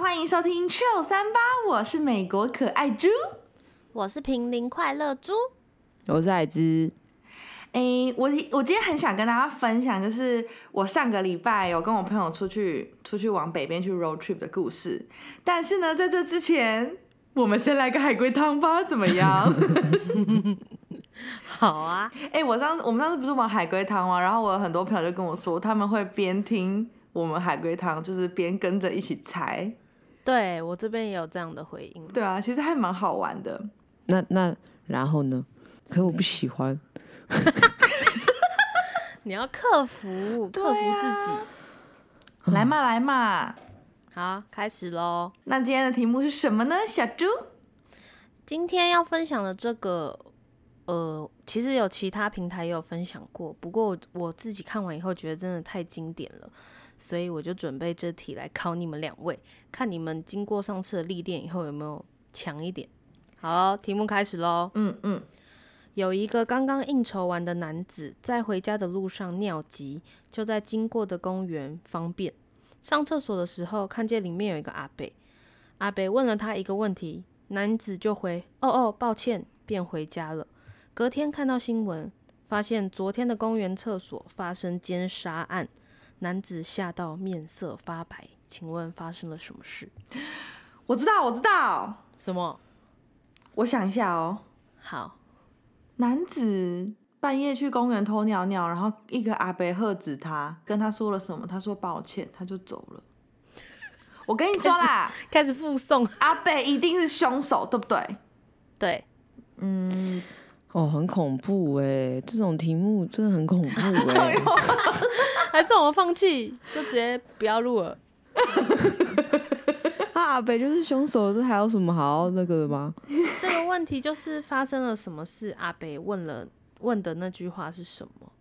欢迎收听 Chill 三八，我是美国可爱猪。我是平林快乐猪，我是艾芝，诶，我我今天很想跟大家分享，就是我上个礼拜有跟我朋友出去出去往北边去 road trip 的故事。但是呢，在这之前，我们先来个海龟汤吧，怎么样？好啊，哎、我上次我们上次不是玩海龟汤吗？然后我有很多朋友就跟我说，他们会边听我们海龟汤，就是边跟着一起猜。对我这边也有这样的回应。对啊，其实还蛮好玩的。那那然后呢？可我不喜欢，你要克服，克服自己。来嘛来嘛，好，开始喽。那今天的题目是什么呢？小猪，今天要分享的这个，呃，其实有其他平台也有分享过，不过我我自己看完以后觉得真的太经典了，所以我就准备这题来考你们两位，看你们经过上次的历练以后有没有强一点。好，题目开始喽。嗯嗯，有一个刚刚应酬完的男子，在回家的路上尿急，就在经过的公园方便上厕所的时候，看见里面有一个阿北。阿北问了他一个问题，男子就回：“哦哦，抱歉。”便回家了。隔天看到新闻，发现昨天的公园厕所发生奸杀案，男子吓到面色发白。请问发生了什么事？我知道我知道，什么？我想一下哦。好，男子半夜去公园偷尿尿，然后一个阿伯喝止他，跟他说了什么？他说抱歉，他就走了。我跟你说 啦，开始附送。阿伯一定是凶手，对不对？对，嗯，哦，很恐怖哎、这种题目真的很恐怖哎、 还是我们放弃，就直接不要录了。阿北就是凶手，这还有什么好那个的吗？这个问题就是发生了什么事？阿北问了问的那句话是什么？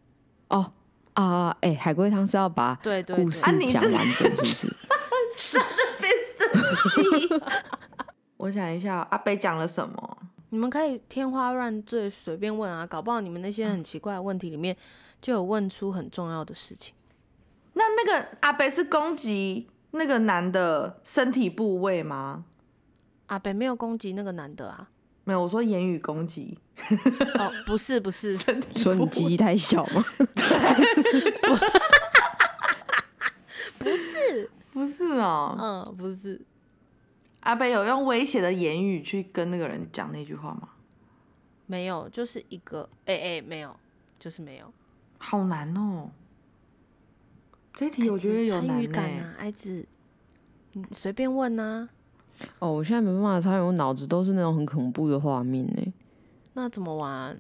哦啊，哎、海龟汤是要把对对故对事啊你讲这是完整，是不是？我想一下哦，阿伯讲了什么？你们可以天花乱坠随便问啊，搞不好你们那些很奇怪的问题里面就有问出很重要的事情。那那个阿伯是攻击那个男的身体部位吗？阿北没有攻击那个男的 啊？没有，我说言语攻击，哦，不是不是，说你鸡鸡太小吗？不是哦。 嗯，不是，阿伯有用威胁的言语去跟那个人讲那句话吗？没有，就是一个，哎、哎、没有，就是没有。好难哦。这题哎我觉得有爱子哎参难欸与呢、感啊，爱子，你随便问啊，哦，我现在没办法参与，我脑子都是那种很恐怖的画面哎、那怎么玩？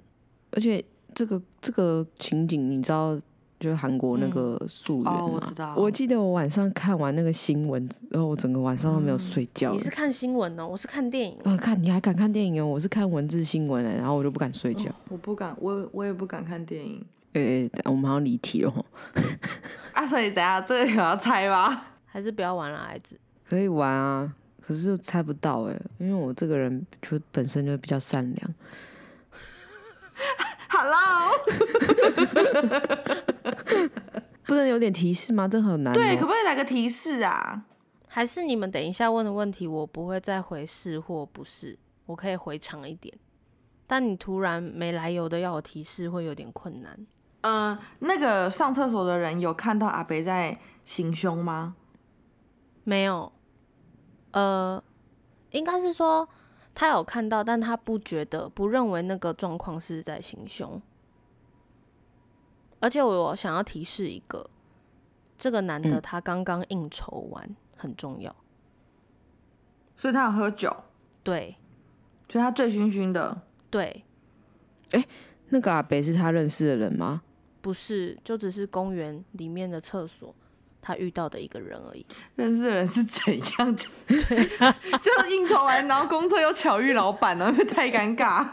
而且这个这个情景，你知道，就是韩国那个溯源吗、嗯哦我知道我记得我晚上看完那个新闻之后，我整个晚上都没有嗯睡觉、你是看新闻哦，我是看电影。啊，看你还敢看电影哦？我是看文字新闻哎、然后我就不敢睡觉。我不敢，我我也不敢看电影诶、诶我们好像离题了吼，啊，所以怎样？这个也要猜吧？还是不要玩了，孩子。可以玩啊，可是又猜不到哎、因为我这个人就本身就比较善良。 Hello，不能有点提示吗？这很难、哦。对，可不可以来个提示啊？还是你们等一下问的问题，我不会再回是或不是，我可以回长一点。但你突然没来由的要我提示，会有点困难。嗯，那个上厕所的人有看到阿北在行凶吗？没有，呃，应该是说他有看到，但他不觉得，不认为那个状况是在行凶。而且我想要提示一个，这个男的嗯他刚刚应酬完，很重要。所以他有喝酒，对所以他醉醺醺的。对，那个阿北是他认识的人吗？不是，就只是公园里面的厕所，他遇到的一个人而已。认识的人是怎样？ 对，啊就应酬完，然后公厕又巧遇老板了，会不会太尴尬？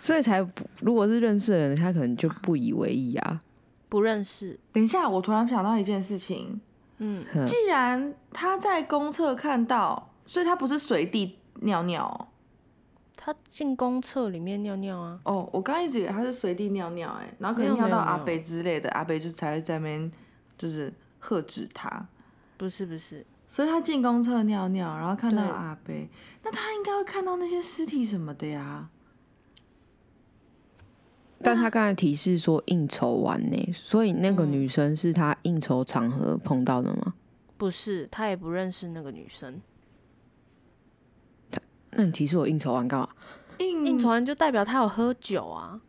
所以才不，如果是认识的人，他可能就不以为意啊。不认识，等一下，我突然想到一件事情，嗯，嗯既然他在公厕看到，所以他不是随地尿尿哦。他进公厕里面尿尿啊，哦我刚一直以为他是随地尿尿、哎，然后可能没有尿到没阿有没有北之类的，阿北就才会在那边就是喝止他。不是不是，所以他进公厕尿尿，然后看到对阿贝，那他应该会看到那些尸体什么的呀。但他刚才提示说应酬完呢，所以那个嗯女生是他应酬场合碰到的吗？不是，他也不认识那个女生。那你提示我应酬完干嘛？应应酬，完就代表他有喝酒啊，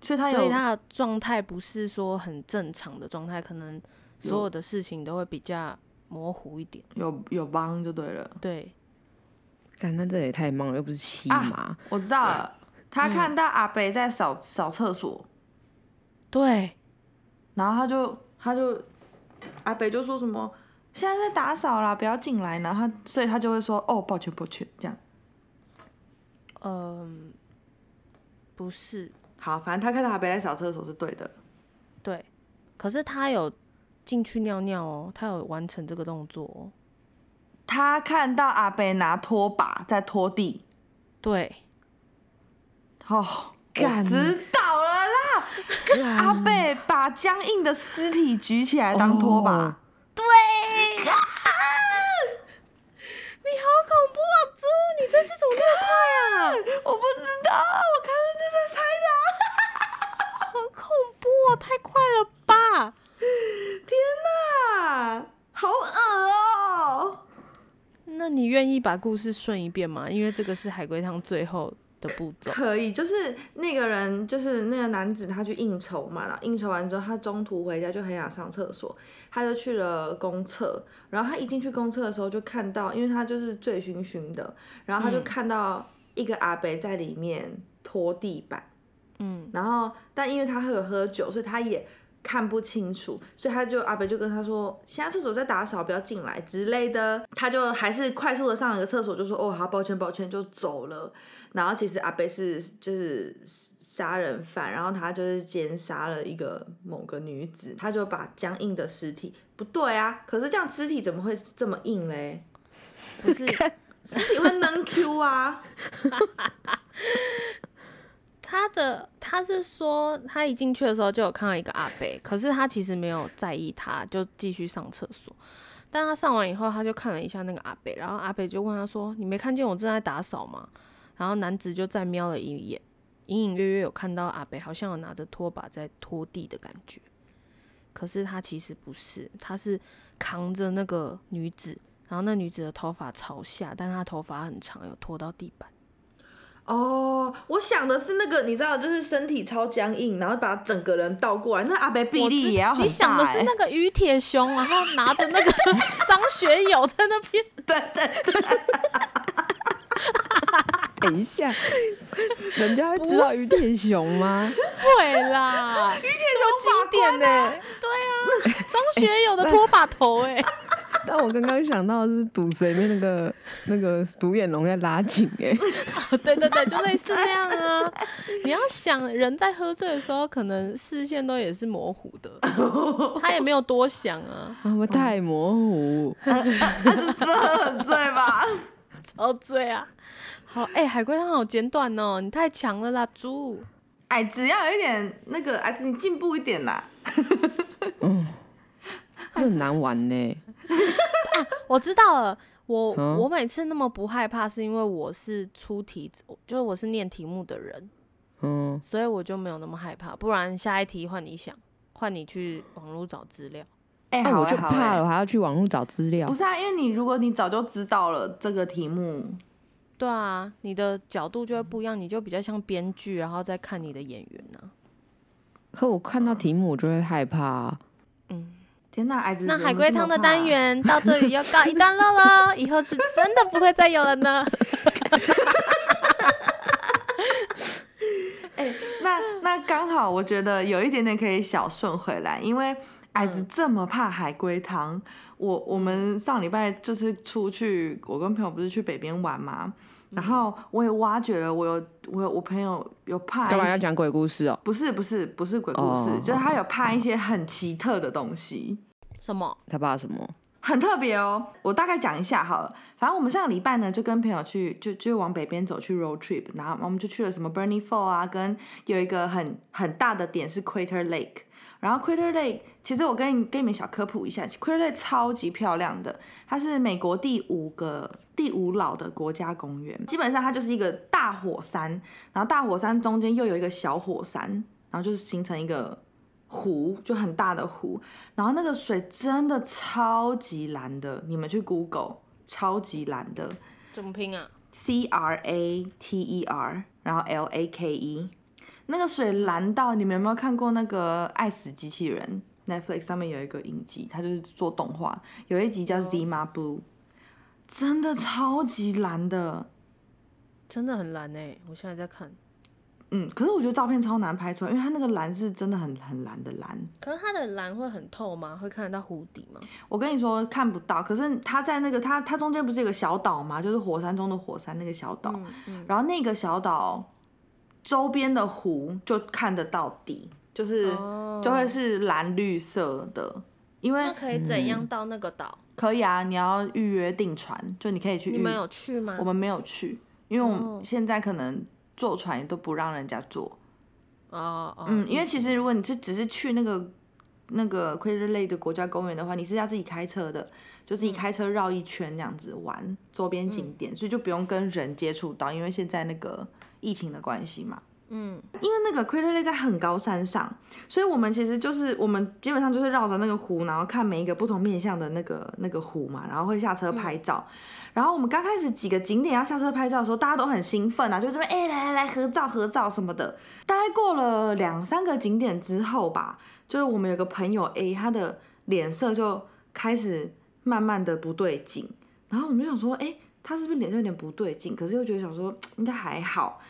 所以他所以有他的状态不是说很正常的状态，可能所有的事情都会比较模糊一点。有有帮就对了。对，干，那这也太忙了，又不是骑啊马。 我知道了， 他看到阿北在扫扫厕所，对，然后他就他就阿北就说什么现在在打扫啦，不要进来。然后他所以他就会说哦，抱歉抱歉，这样。嗯、不是，好，反正他看到阿北在扫厕所是对的。对，可是他有进去尿尿哦，他有完成这个动作哦。他看到阿北拿拖把在拖地，对，哦，我干知道了啦。阿贝把僵硬的尸体举起来当拖把，哦啊我不知道，我刚刚就在猜的。 好恐怖哦，太快了吧！天哪，好恶哦！那你愿意把故事顺一遍吗？因为这个是海龟汤最后的步骤。可以，就是那个人，就是那个男子，他去应酬嘛，然后应酬完之后，他中途回家就很想上厕所，他就去了公厕，然后他一进去公厕的时候就看到，因为他就是醉醺醺的，然后他就嗯看到一个阿伯在里面拖地板，嗯，然后但因为他有喝酒，所以他也看不清楚，所以他就阿北就跟他说，现在厕所在打扫，不要进来之类的。他就还是快速的上了个厕所，就说哦好，抱歉抱歉，就走了。然后其实阿北是就是杀人犯，然后他就是奸杀了一个某个女子，他就把僵硬的尸体。不对啊，可是这样尸体怎么会这么硬嘞？不是尸体会能 Q 啊？他的，他是说他一进去的时候就有看到一个阿伯，可是他其实没有在意他，就继续上厕所。但他上完以后，他就看了一下那个阿北，然后阿北就问他说：“你没看见我正在打扫吗？”然后男子就再瞄了一眼，隐隐约约有看到阿北好像有拿着拖把在拖地的感觉，可是他其实不是，他是扛着那个女子，然后那女子的头发朝下，但她头发很长，有拖到地板。哦，我想的是那个，你知道，就是身体超僵硬，然后把整个人倒过来，那阿北臂我力知也要很大、欸。你想的是那个于铁雄，然后拿着那个 张学友在那边， 等一下， 人家会知道于天雄吗？ 会啦，于铁雄经典呢、 对啊，张学友的拖把头哎、但我刚刚想到的是赌神里面那个那个独眼龙在拉紧哎、 对对对，就类似那样啊。 你要想，人在喝醉的时候，可能视线都也是模糊 的，他也没有多想啊，啊，我太模糊。哦他就真的很醉吧？ 超醉啊。好，哎、海龟汤好简短哦，你太强了啦，猪。哎，只要有一点那个，哎，你进步一点啦。这很难玩呢、我知道了，我、嗯我每次那么不害怕，是因为我是出题，就是我是念题目的人，嗯，所以我就没有那么害怕。不然下一题换你想，换你去网络找资料。哎、那、好、我欸，就好怕欸了，我还要去网络找资料不。是啊，因为你如果你早就知道了这个题目，对啊，你的角度就会不一样，你就比较像编剧，然后再看你的演员呢、可我看到题目我就会害怕、啊。嗯，天哪，哎，子那怎么海龟这么汤的怕单元到这里要告一段落了，以后是真的不会再有了呢。哎、那那刚好，我觉得有一点点可以小顺回来，因为矮子嗯这么怕海龟汤，我我们上礼拜就是出去，我跟朋友不是去北边玩嘛，然嗯后我也挖掘了，我有我有我朋友有怕干嘛要一些，讲鬼故事哦？不是不是不是鬼故事，哦就是他有怕一些很奇特的东西，什么？他怕什么？很特别哦。我大概讲一下好了，反正我们上个礼拜呢就跟朋友去，就就往北边走去 road trip，然后我们就去了什么 Bernie Fall 啊，跟有一个很很大的点是 Crater Lake。然后 Crater Lake，其实我跟你跟你们小科普一下，Crater Lake 超级漂亮的，它是美国第五个第五老的国家公园，基本上它就是一个大火山，然后大火山中间又有一个小火山，然后就是形成一个湖，就很大的湖，然后那个水真的超级蓝的，你们去 Google 超级蓝的怎么拼啊？ C R A T E R，然后 L A K E，那个水蓝到你们有没有看过那个《爱死机器人》？Netflix 上面有一个影集，它就是做动画，有一集叫 Zima Blue，真的超级蓝的。真的很蓝哎、我现在在看，嗯，可是我觉得照片超难拍出来，因为它那个蓝是真的很很蓝的蓝。可是它的蓝会很透吗？会看得到湖底吗？我跟你说看不到，可是它在那个它它中间不是有个小岛吗？就是火山中的火山那个小岛，嗯嗯，然后那个小岛周边的湖就看得到底，就是、哦嗯就会是蓝绿色的。因为那可以怎样到那个岛？可以啊，你要预约订船，就你可以去预。你们有去吗？嗯我们没有去，因为我哦们现在可能坐船也都不让人家坐。哦哦，嗯，因为其实如果你是只是去那个那个 Crater Lake 的国家公园的话，你是要自己开车的，就自己开车绕一圈那样子玩周边景点，所以就不用跟人接触到，因为现在那个疫情的关系嘛。嗯，因为那个 Crater Lake 在很高山上，所以我们其实就是我们基本上就是绕着那个湖，然后看每一个不同面向的那个那个湖嘛，然后会下车拍照。然后我们刚开始几个景点要下车拍照的时候，大家都很兴奋啊，就这边哎、来来来合照合照什么的。大概过了两三个景点之后吧，就是我们有个朋友 A，他的脸色就开始慢慢的不对劲，然后我们就想说，哎、他是不是脸色有点不对劲？可是又觉得想说应该还好，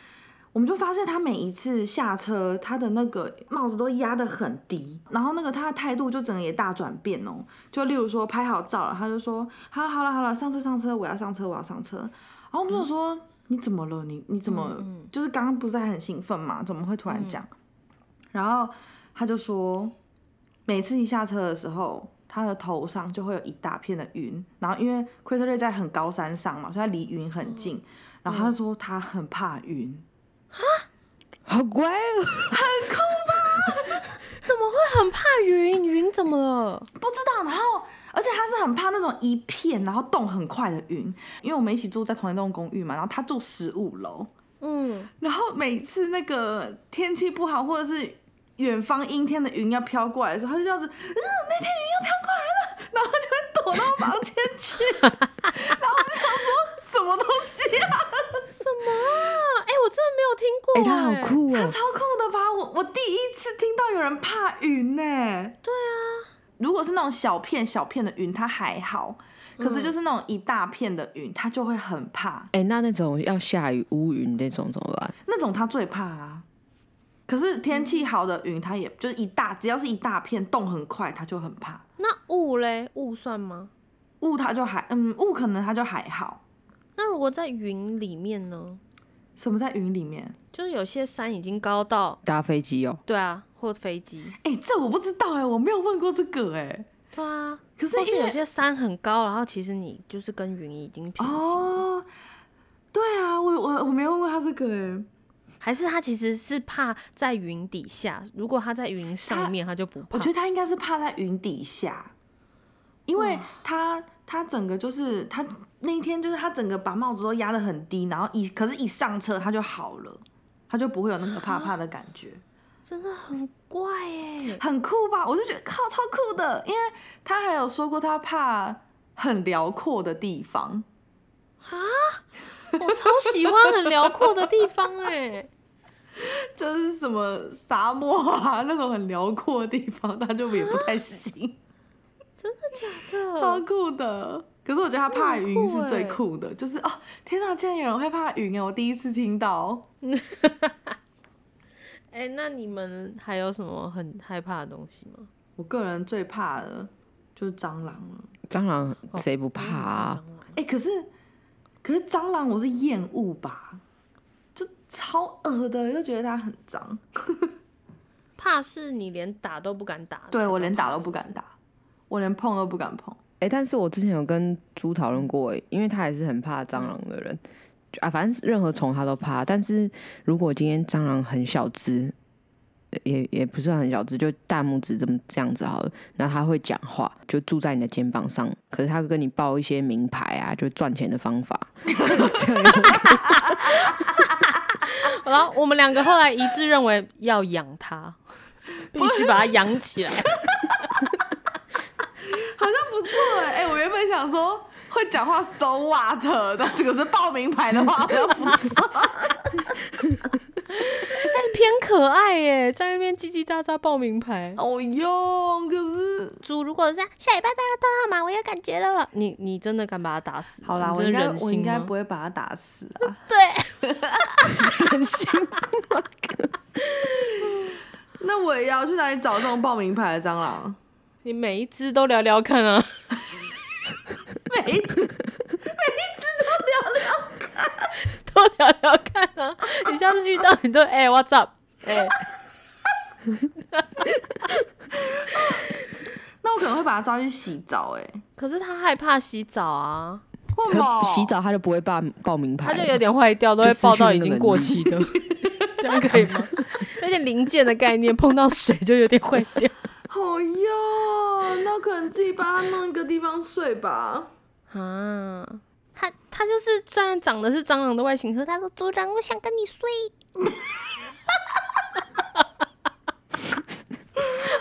我们就发现他每一次下车，他的那个帽子都压得很低，然后那个他的态度就整个也大转变哦。就例如说拍好照了，他就说，好好了好了，上车上车，我要上车我要上车。然后我们就说。你怎么了？你你怎么、嗯嗯就是刚刚不是还很兴奋嘛？怎么会突然讲？然后他就说，每次一下车的时候，他的头上就会有一大片的云。然后因为奎特瑞在很高山上嘛，所以他离云很近。嗯然后他就说他很怕云，好乖哦，怎么会很怕云？云怎么了？不知道。然后而且他是很怕那种一片然后动很快的云，因为我们一起住在同一栋公寓嘛，然后他住十五楼。嗯，然后每次那个天气不好，或者是远方阴天的云要飘过来的时候，他就这样子，嗯，那片云要飘过来了，然后他就会躲到房间去。 然后我就想说，什么东西啊？什么啊？哎、我真的没有听过、哎、哎、他好。酷他哦，超酷的吧？我我第一次听到有人怕云呢、对啊，如果是那种小片小片的云，它还好。可是就是那种一大片的云，它就会很怕，哎、那那种要下雨乌云那种怎么办？那种它最怕啊。可是天气好的云，它也就是一大，只要是一大片动很快，它就很怕。那雾嘞？雾算吗？雾它就还，嗯，雾可能它就还好。那如果在云里面呢？什么在云里面？就是有些山已经高到，搭飞机哦，对啊，或飞机，哎、这我不知道哎、我没有问过这个哎、对啊。可是或是因为有些山很高，然后其实你就是跟云已经平行，哦，对啊，我我我没有问过他这个哎、还是他其实是怕在云底下。如果他在云上面，他就不怕。我觉得他应该是怕在云底下，因为哇他他整个就是他那一天就是他整个把帽子都压得很低，然后一可是一上车他就好了，他就不会有那个怕怕的感觉。真的很怪耶、很酷吧？我就觉得靠，超酷的，因为他还有说过他怕很辽阔的地方，我超喜欢很辽阔的地方哎、 就是什么沙漠啊那种很辽阔的地方，他就也不太行，真的假的？超酷的。可是我觉得他怕云真的很酷是欸最酷的，就是哦，天哪，竟然有人会怕云啊！我第一次听到。哎、那你们还有什么很害怕的东西吗？我个人最怕的就是蟑螂了。蟑螂谁不怕啊？蟑螂哎、可是可是蟑螂我是厌恶吧，就超恶的，又觉得它很脏。怕是你连打都不敢打，对我连打都都不敢打，我连碰都不敢碰。哎、但是我之前有跟猪讨论过、欸，因为他也是很怕蟑螂的人，就啊，反正任何虫他都怕。但是如果今天蟑螂很小只，呃也也不是很小只，就大拇指这么这样子好了，然后他会讲话，就住在你的肩膀上，可是他会跟你报一些名牌啊，就赚钱的方法，这样有然后我们两个后来一致认为要养 它，必须把它养起来。好像不错哎、哎、我原本想说会讲话 so what 的，可是报名牌 的话好像不错。哎，偏可爱耶，在那边叽叽喳喳报名牌。哦哟，可是猪如果是下礼拜大家都号码，我有感觉了。你你真的敢把它打死吗？好啦，你我真应的该忍我心应该吗不会把他打死 啊。人性吗？ 那我也要去哪里找这种报名牌的蟑螂？你每一只都聊聊看 啊。 每一多聊聊看啊！你下次遇到你都哎、w h a t s up？哎、那我可能会把它抓去洗澡哎、可是他害怕洗澡啊，为什么可洗澡他就不会报报名牌他了，就有点坏掉，都会就爆失去到那已个经能过力期的， 这样可以吗？有点零件的概念，碰到水就有点坏掉好哟，那我可能自己帮它弄一个地方睡吧。 啊。他他就是虽然长的是蟑螂的外形，可是他说主人我想跟你睡，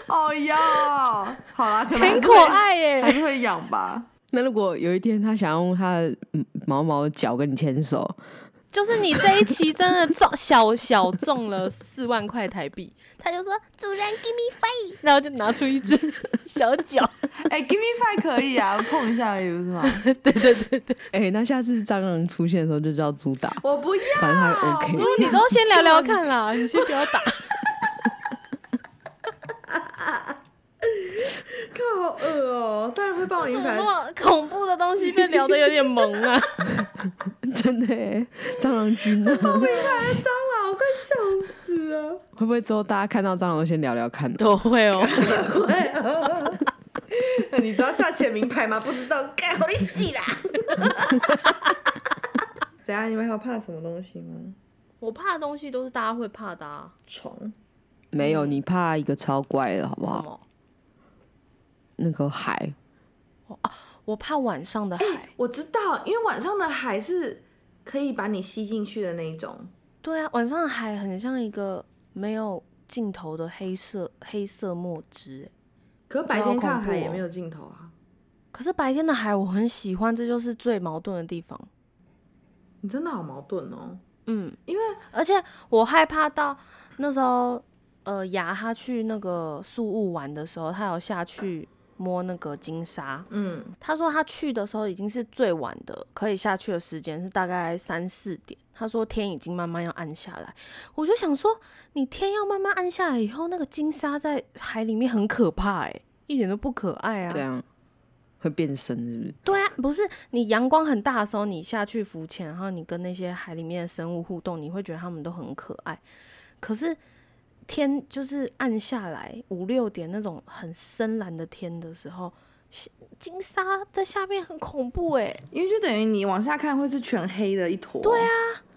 哦哟，好啦，可能还很是可会，爱耶、还是会养吧。那如果有一天他想要用他的嗯毛毛的脚跟你牵手，就是你这一期真的中小小中了四万块台币，他就说主人 give me five，然后就拿出一只 小脚，哎、g i v e me five 可以啊，碰一下而已不是吗？哎、那下次蟑螂出现的时候就叫猪打， 我不要，反正他 OK 不。过你都先聊聊看啦，你先不要打。看好饿哦，当然会报名怎么牌那。么恐怖的东西被聊得有点萌啊？真的耶，蟑螂君 呢？蟑螂，我快笑死了。会不会之后大家看到蟑螂都先聊聊看呢？ 都会哦， 你知道下期的名牌吗？不知道，盖好你洗啦。 怎样？你们还有怕什么东西吗？我怕的东西都是大家会怕的、啊，虫。没有，你怕一个超怪的好不什好？么？那个海，我怕晚上的海。我知道，因为晚上的海是可以把你吸进去的那一种。对啊，晚上的海很像一个没有尽头的黑色黑色墨汁欸、可是白好天恐看怖海也哦没有尽头啊！可是白天的海我很喜欢，这就是最矛盾的地方。你真的好矛盾哦。嗯，因为而且我害怕到那时候，呃，牙他去那个宿雾玩的时候，他有下去摸那个金沙。嗯，他说他去的时候已经是最晚的，可以下去的时间是大概三四点。他说天已经慢慢要暗下来，我就想说，你天要慢慢暗下来以后，那个金沙在海里面很可怕哎、一点都不可爱啊。这样会变身是不是？ 对啊，不是你阳光很大的时候，你下去浮潜，然后你跟那些海里面的生物互动，你会觉得它们都很可爱。可是天就是暗下来五六点那种很深蓝的天的时候，下金沙在下面很恐怖哎、因为就等于你往下看会是全黑的一坨。对啊，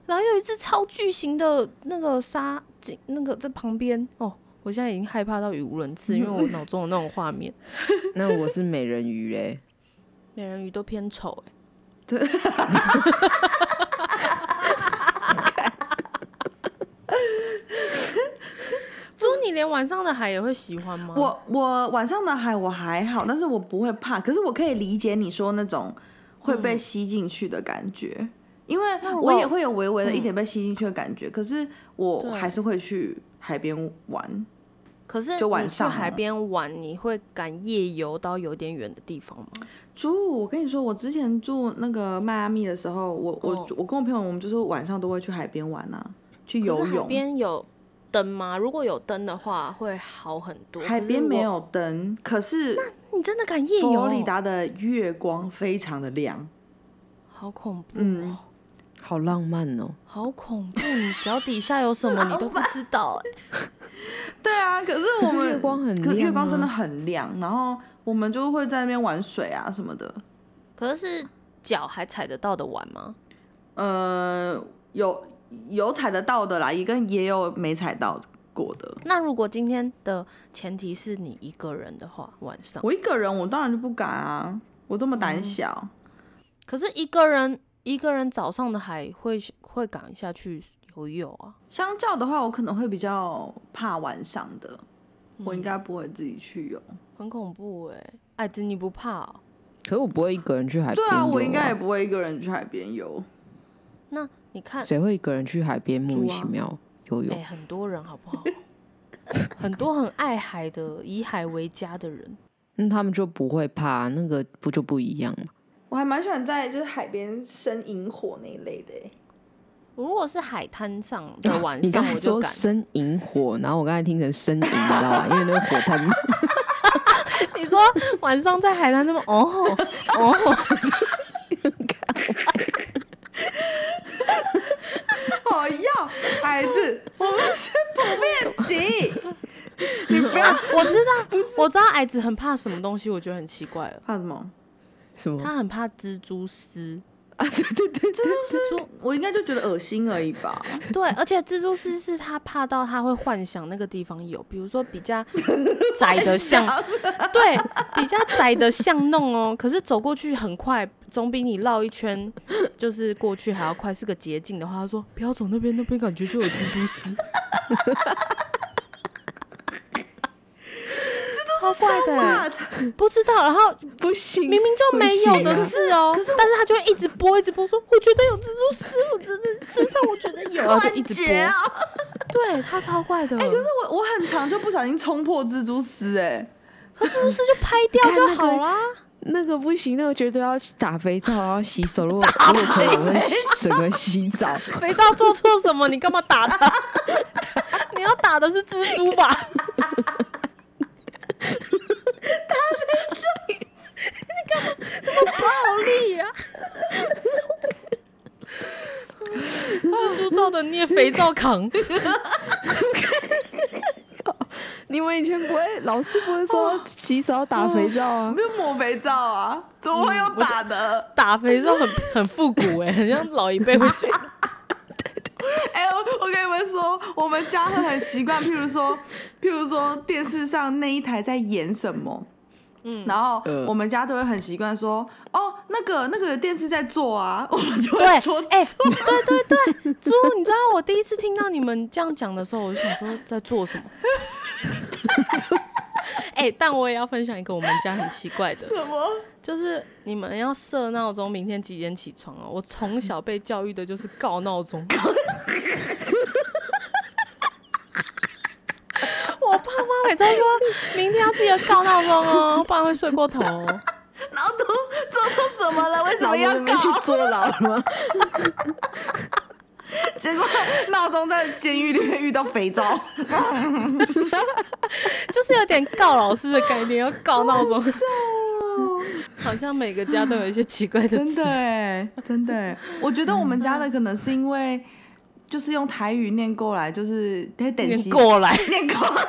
然后有一只超巨型的那个沙井，那个在旁边哦，我现在已经害怕到语无伦次，因为我脑中有那种画面，那我是美人鱼嘞，美人鱼都偏丑哎、对。 猪，你连晚上的海也会喜欢吗？我我晚上的海我还好，但是我不会怕，可是我可以理解你说那种会被吸进去的感觉，因为嗯如我果嗯也会有微微的一点被吸进去的感觉，可是我还是会去海边玩。可是就晚你去上啊海了边玩，你会敢夜游到有点远的地方吗？住，我跟你说，我之前住那个迈阿密的时候，我我、哦我跟我朋友，我们就是晚上都会去海边玩啊，去可游是海泳。边有灯吗？如果有灯的话，会好很多。海可是边没我，有灯，可是你真的敢夜佛游？罗里达的月光非常的亮。好恐怖、哦。嗯好浪漫哦！好恐怖！你脚底下有什么你都不知 道哎、对啊，可是我可是们月光很可是月亮光真的啊很亮，然后我们就会在那边玩水啊什么的。可是是脚还踩得到的碗吗？呃，有有踩得到的啦，一个也有没踩到过的。那如果今天的前提是你一个人的话，晚上，我一个人，我当然就不敢啊，我这么胆小。嗯可是一个人一个人早上的海会会赶下去游泳啊。相较的话，我可能会比较怕晚上的，嗯我应该不会自己去游。很恐怖哎、艾子你不怕、哦？可是我不会一个人去海边对游、啊，我应该也不会一个人去海边游。那你看，谁会一个人去海边莫名猪啊其妙游哎、泳？很多人好不好？很多很爱海的，以海为家的人，那、他们就不会怕，那个不就不一样吗？我还蛮喜欢在就是海边生萤火那一类的欸、如果是海滩上的晚你上刚，才我就说敢。生萤火，然后我刚才听成呻吟，你知道 吧？因为那个火太慢。你说晚上在海滩那边，哦哦，好要矮子，我们是不变级。你不 要我知道，我知道矮子很怕什么东西，我觉得很奇怪了。怕什么？什么？他很怕蜘蛛丝，啊，对对对对，蜘蛛我应该就觉得恶心而已吧。对，而且蜘蛛丝是他怕到他会幻想那个地方有，比如说比较窄的巷，对，比较窄的巷弄哦。可是走过去很快，总比你绕一圈就是过去还要快，是个捷径的话，他说不要走那边，那边感觉就有蜘蛛丝。超怪的欸、啊不知道，然后不行，明明就没有的不行啊事哦、但是他就会一直播，一直播，说我觉得有蜘蛛丝，我真的身上我觉得有， 然后哦就一直播幻觉，啊！对他超怪的，哎、可是我我很常就不小心冲破蜘蛛丝哎、蜘蛛丝就拍掉就好啦。那个不行，那个绝对要打肥皂，然后洗手。如果如果可以，我会洗整个洗澡。肥皂做错什么？你干嘛打他？你要打的是蜘蛛吧？他没 做，你干嘛那么暴力呀、啊？蜘蛛造的孽，肥皂扛。你们以前不会，老师不会说哦洗手要打肥皂啊我？就抹肥皂啊，怎么会有打的？打肥皂很很复古哎、很像老一辈会讲。哎、我我跟你们说，我们家会很习惯，譬如 说，譬如说电视上那一台在演什么。嗯，然后呃我们家都会很习惯说，哦，那个那个电视在做啊，我们就对会说，哎、对对对，猪，你知道我第一次听到你们这样讲的时候，我就想说在做什么。 哎、但我也要分享一个我们家很奇怪的，什么？就是你们要设闹钟，明天几点起床哦？我从小被教育的就是告闹钟。 我爸妈每次都说明天要记得告闹钟哦，不然会睡过头哦、 然后都做错什么了？为什么要老师们去搞？坐牢了吗？ 结果闹钟在监狱里面遇到肥皂，就是有点告老师的概念，要告闹钟。 好像每个家都有一些奇怪的 真词的。哎，真的哎，我觉得我们家的可能是因为就是用台语念过来，就是得等念过来，念过 来，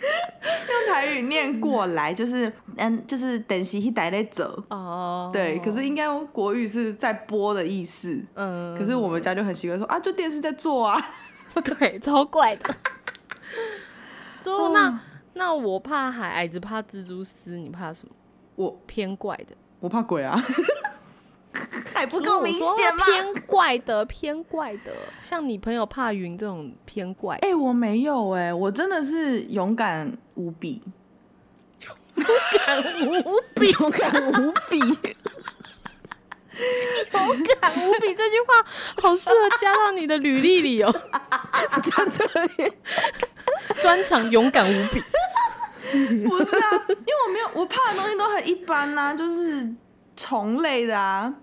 用台语念过来，就是嗯，就是等时一代在走。哦，对，可是应该用国语是在播的意思，嗯，可是我们家就很习惯说啊，就电视在做啊。对，超怪 的。就那那我怕海，矮子怕蜘蛛丝，你怕什么？我偏怪的，我怕鬼 啊，还不如果说啊偏怪的，偏怪的，像你朋友怕云这种偏怪。哎、我没有哎、我真的是勇敢无比。勇啊敢无比，勇敢无比这句话，好适合加到你的履历里 哦。真的耶。专长勇敢无比。不是啊，因为我没有，我怕的东西都很一般 呐、就是虫类的啊，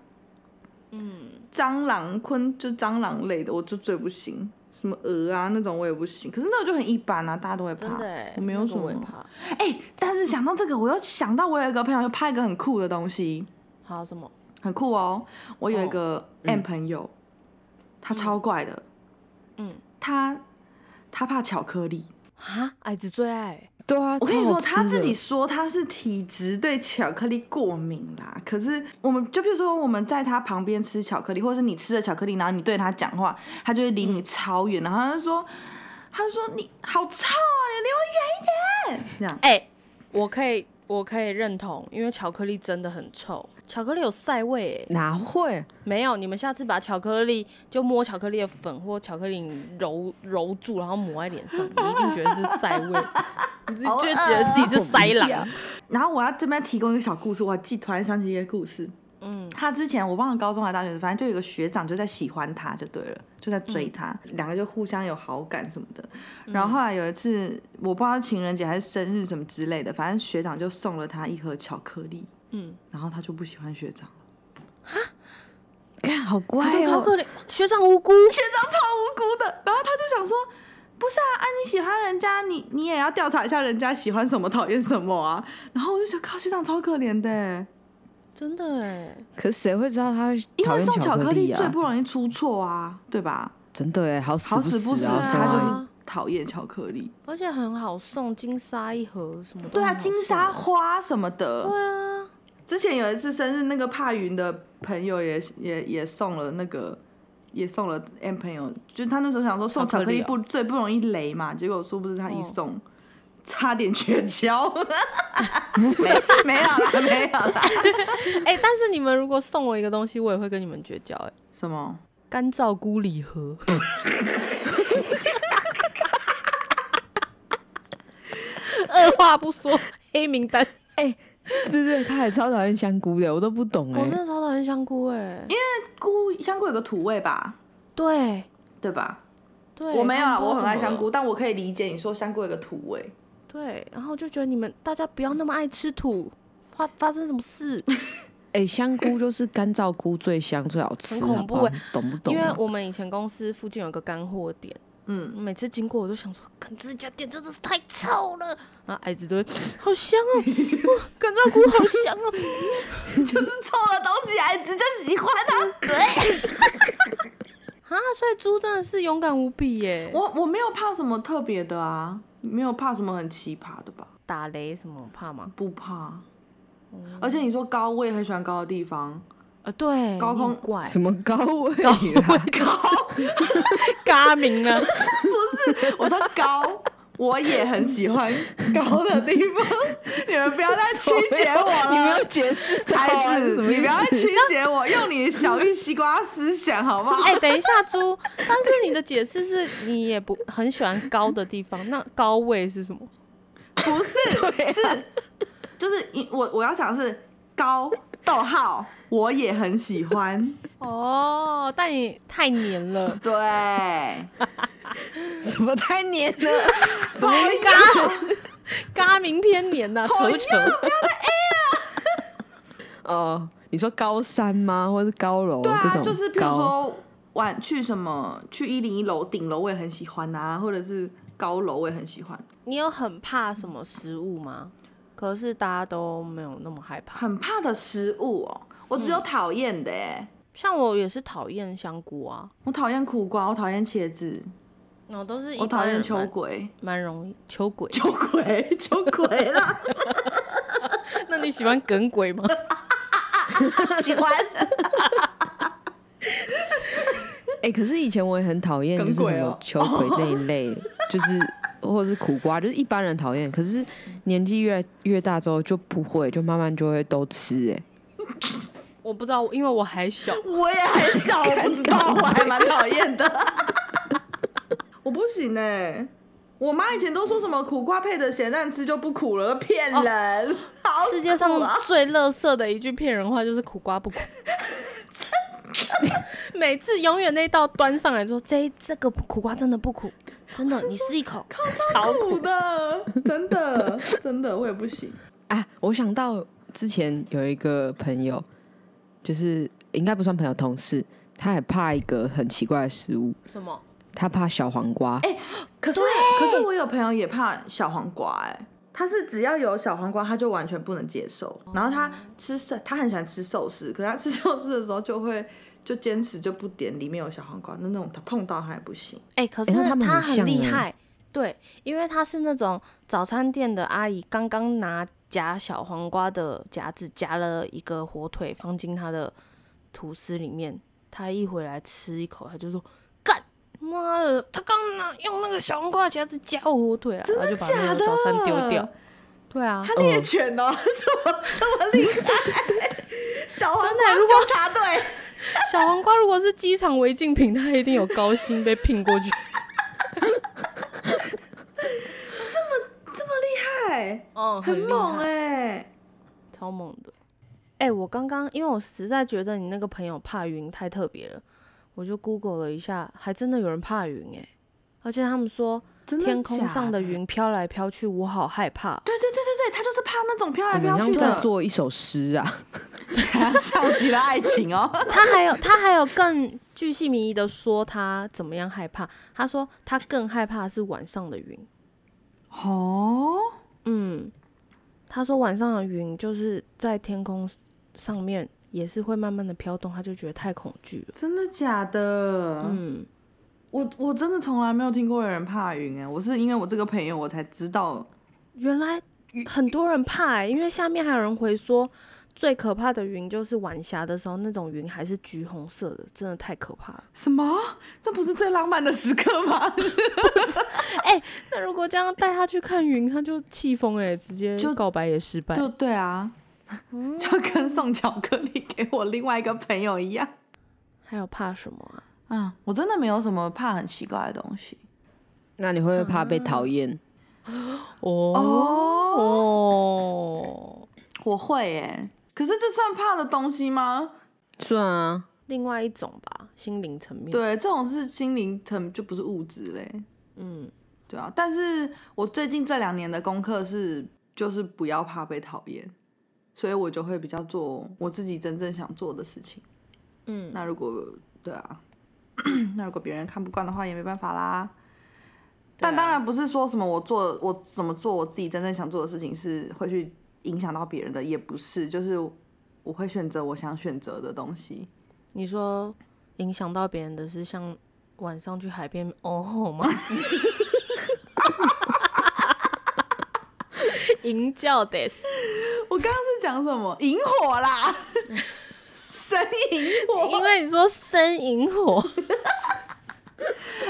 嗯，蟑螂、昆就蟑螂类的，我就最不行。什么蛾啊那种我也不行，可是那个就很一般啊，大家都会怕。真的欸，我没有那个什么我也怕。哎、但是想到这个，我又想到我有一个朋友拍一个很酷的东西，好什么？很酷哦。嗯我有一个 M 朋友，他超怪的，嗯他他怕巧克力，啊，矮子最爱， 对啊，我跟你超说，好他吃自的己说他是体质对巧克力过敏啦。可是我们就比如说我们在他旁边吃巧克力，或者是你吃了巧克力，然后你对他讲话，他就会离嗯你超远，然后他就说，他就说你好臭啊，你离我远一点，这样。哎、我可以，我可以认同，因为巧克力真的很臭，巧克力有塞味、欸。哪会？没有，你们下次把巧克力就摸巧克力的粉或巧克力揉揉住，然后抹在脸上，你一定觉得是塞 味，你自己就会觉得自己是塞啊狼。然后我要这边提供一个小故事，我还记突然想起一个故事。嗯，他之前我忘了高中还是大学，反正就有个学长就在喜欢他，就对了，就在追他，两个就互相有好感什么的。然后后来有一次，我不知道是情人节还是生日什么之类的，反正学长就送了他一盒巧克力，嗯，然后他就不喜欢学长了，看好乖对，哎好哦，可怜，学长无辜。哎学长超无辜的。然后他就想说，不是啊，啊你喜欢人家，你你也要调查一下人家喜欢什么，讨厌什么啊。然后我就觉得靠，学长超可怜的欸，真的哎，可是谁会知道他会因讨为厌送巧克克力最啊？不容易出错啊，对吧？真的哎，好死好死不死死啊！啊，不死送他就到是讨厌巧克力。而且很好送，金沙一盒什么都对啊，很好金沙送花什么对的。啊，之前有一次生日，那个怕云的朋友也也也送了那个，也送了 M 朋友，就是他那时候想说送巧克力啊哦巧不、克最不容易雷嘛，结果殊不知他一送，差点绝交。 没没有啦，没有啦。哎、但是你们如果送我一个东西，我也会跟你们绝交哎、什么？干燥菇 礼盒，二话不说黑名单。对对，他也超讨厌香菇的，我都不懂我哎真。的超讨厌香菇哎、因为菇香菇有个土味吧，对对吧？对，我没有啦，刚刚我很爱怎么香菇，了。但我可以理解你说香菇有个土味。对，然后就觉得你们大家不要那么爱吃土，发发生什么事？哎，香菇就是干燥菇最香最好吃，很恐怖好不好欸懂不懂因为啊？我们以前公司附近有一个干货店，嗯，每次经过我都想说，看这家店真的是太臭了。然后矮子都会，好香 哦，哇干燥菇好香哦。 就是臭的东西，孩子就喜欢它。啊，所以猪真的是勇敢无比欸耶！我我没有怕什么特别的啊，没有怕什么很奇葩的吧？打雷什么怕吗？不怕。而且你说高，我也很喜欢高的地方。 啊，对，高你很空怪，什么高啊位 啦？嘎啊明呢？我说高，我也很喜 欢高的地方。你们不要再曲解我了，你没有解释到啊，孩是子，什么意你思不要再曲解我，用你的小玉西瓜思想好不好？ 哎、等一下，猪，但是你的解释是你也不很喜欢高的地方， 那高位是什么？不是，啊是就是一我我要讲的是高逗号，我也很喜欢。哦，但你太黏了， 对，什么太黏了？什么意思？嘎明偏黏啊呐、讨扯厌扯。 哦，你说高山吗？或是高楼对这啊，种？就是比如，说晚去什么去一零一楼顶楼我也很喜欢啊，或者是高楼我也很喜欢，你有很怕什么食物吗？可是大家都没有那么害怕，很怕的食物哦，我只有讨厌的哎、像我也是讨厌香菇啊，我讨厌苦瓜，我讨厌茄子，我都是一我讨般厌人秋蛮葵， 蛮容易秋鬼，秋葵，秋葵啦， 那你喜欢梗鬼吗？喜欢。哎、可是以前我也很讨厌，就是耿鬼什哦么秋葵那一类，就是或者是苦瓜，就是一般人讨厌。可是年纪越来越大之后就不会，就慢慢就会都吃、哎， 我不知道，因为我还小。我也很小，我不知道，我还蛮讨厌的。 我不行哎、我妈以前都说什么苦瓜配着咸蛋吃就不苦了，骗人。好世界苦上啊最乐色的一句骗人话就是“苦瓜不苦”， 每次永远那道端上来说：“这这个苦瓜真的不苦，真的，你试一口，超苦苦。的，真的，真的，我也不行。啊，我想到之前有一个朋友，就是应该不算朋友，同事，他也怕一个很奇怪的食物，”什么？他怕小黄瓜。 哎可是，可是我有朋友也怕小黄瓜、哎，他是只要有小黄瓜，他就完全不能接受。然后他吃寿，他很喜欢吃寿司，可是他吃寿司的时候就会就坚持就不点里面有小黄瓜，那那种他碰到他也不行。哎、可欸是那他们很很像厉欸害，对，因为它是那种早餐店的阿姨刚刚拿夹小黄瓜的夹子夹了一个火腿放进她的吐司里面，她一回来吃一口，她就说：“干妈的，她刚拿用那个小黄瓜的夹子夹我火腿了。”然后就把那假个的早餐丢掉。对啊，他猎犬哦，这么这么厉害， 小黄瓜纠察队，小黄瓜如果是机场违禁品，它一定有高薪被聘过去。嗨，嗯，很厉猛害哎、超猛的。哎、我刚刚因为我实在觉得你那个朋友怕云太特别了，我就 Google 了一下，还真的有人怕云哎、而且他们说真的天空上的假云飘来飘去，我好害 怕。对对对对对，他就是怕那种飘来怎么飘去样的在，做一首诗啊？像极了爱情哦。他还有他还有更巨细靡遗的说他怎么样害怕，他说他更害怕是晚上的云。哦，嗯，他说晚上的云就是在天空上面也是会慢慢的飘动，他就觉得太恐惧了。真的假的？嗯，我我真的从来没有听过有人怕云哎、我是因为我这个朋友我才知道。原来很多人怕、欸，因为下面还有人回说，最可怕的云就是晚霞的时候，那种云还是橘红色的，真的太可怕了。什么？这不是最浪漫的时刻吗？那如果这样带他去看云，他就气疯哎，直接就告白也失败。 就对啊， 就跟送巧克力给我另外一个朋友一样。还有怕什么啊？啊，我真的没有什么怕很奇怪的东西。 那你会不会怕被讨厌？哦哦，哦，我会欸耶。可是这算怕的东西吗？算啊，另外一种吧，心灵层面。，对，这种是心灵层，就不是物质嘞。嗯，对啊，但是我最近这两年的功课是，就是不要怕被讨厌，所以我就会比较做我自己真正想做的事情。嗯，那如果对啊，那如果别人看不惯的话，也没办法啦。但啊当然不是说什么我做我怎么做我自己真正想做的事情是会去影响到别人的，也不是，就是我会选择我想选择的东西。你说影响到别人的是像晚上去海边哦吼 吗？营叫的是我刚刚是讲什么？萤火啦，神萤火。因为你说生萤火，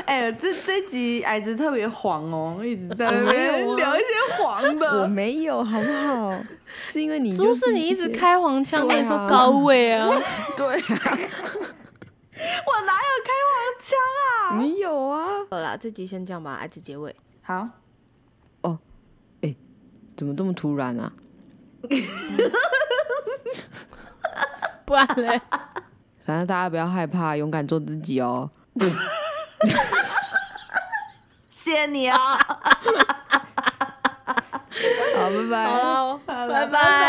哎、这这集矮子特别黄哦，一直在那边聊一些黄我的。没有，好不好？是因为 你猪就是你一直些，开黄腔，对啊你也说高位啊， 对啊，我哪有开黄腔啊？你有啊？好啦，这集先这样吧，爱子结尾。好，怎么这么突然啊？不然 嘞，反正大家不要害怕，勇敢做自己哦。谢谢你啊、好，拜拜。好啦，好了 拜拜拜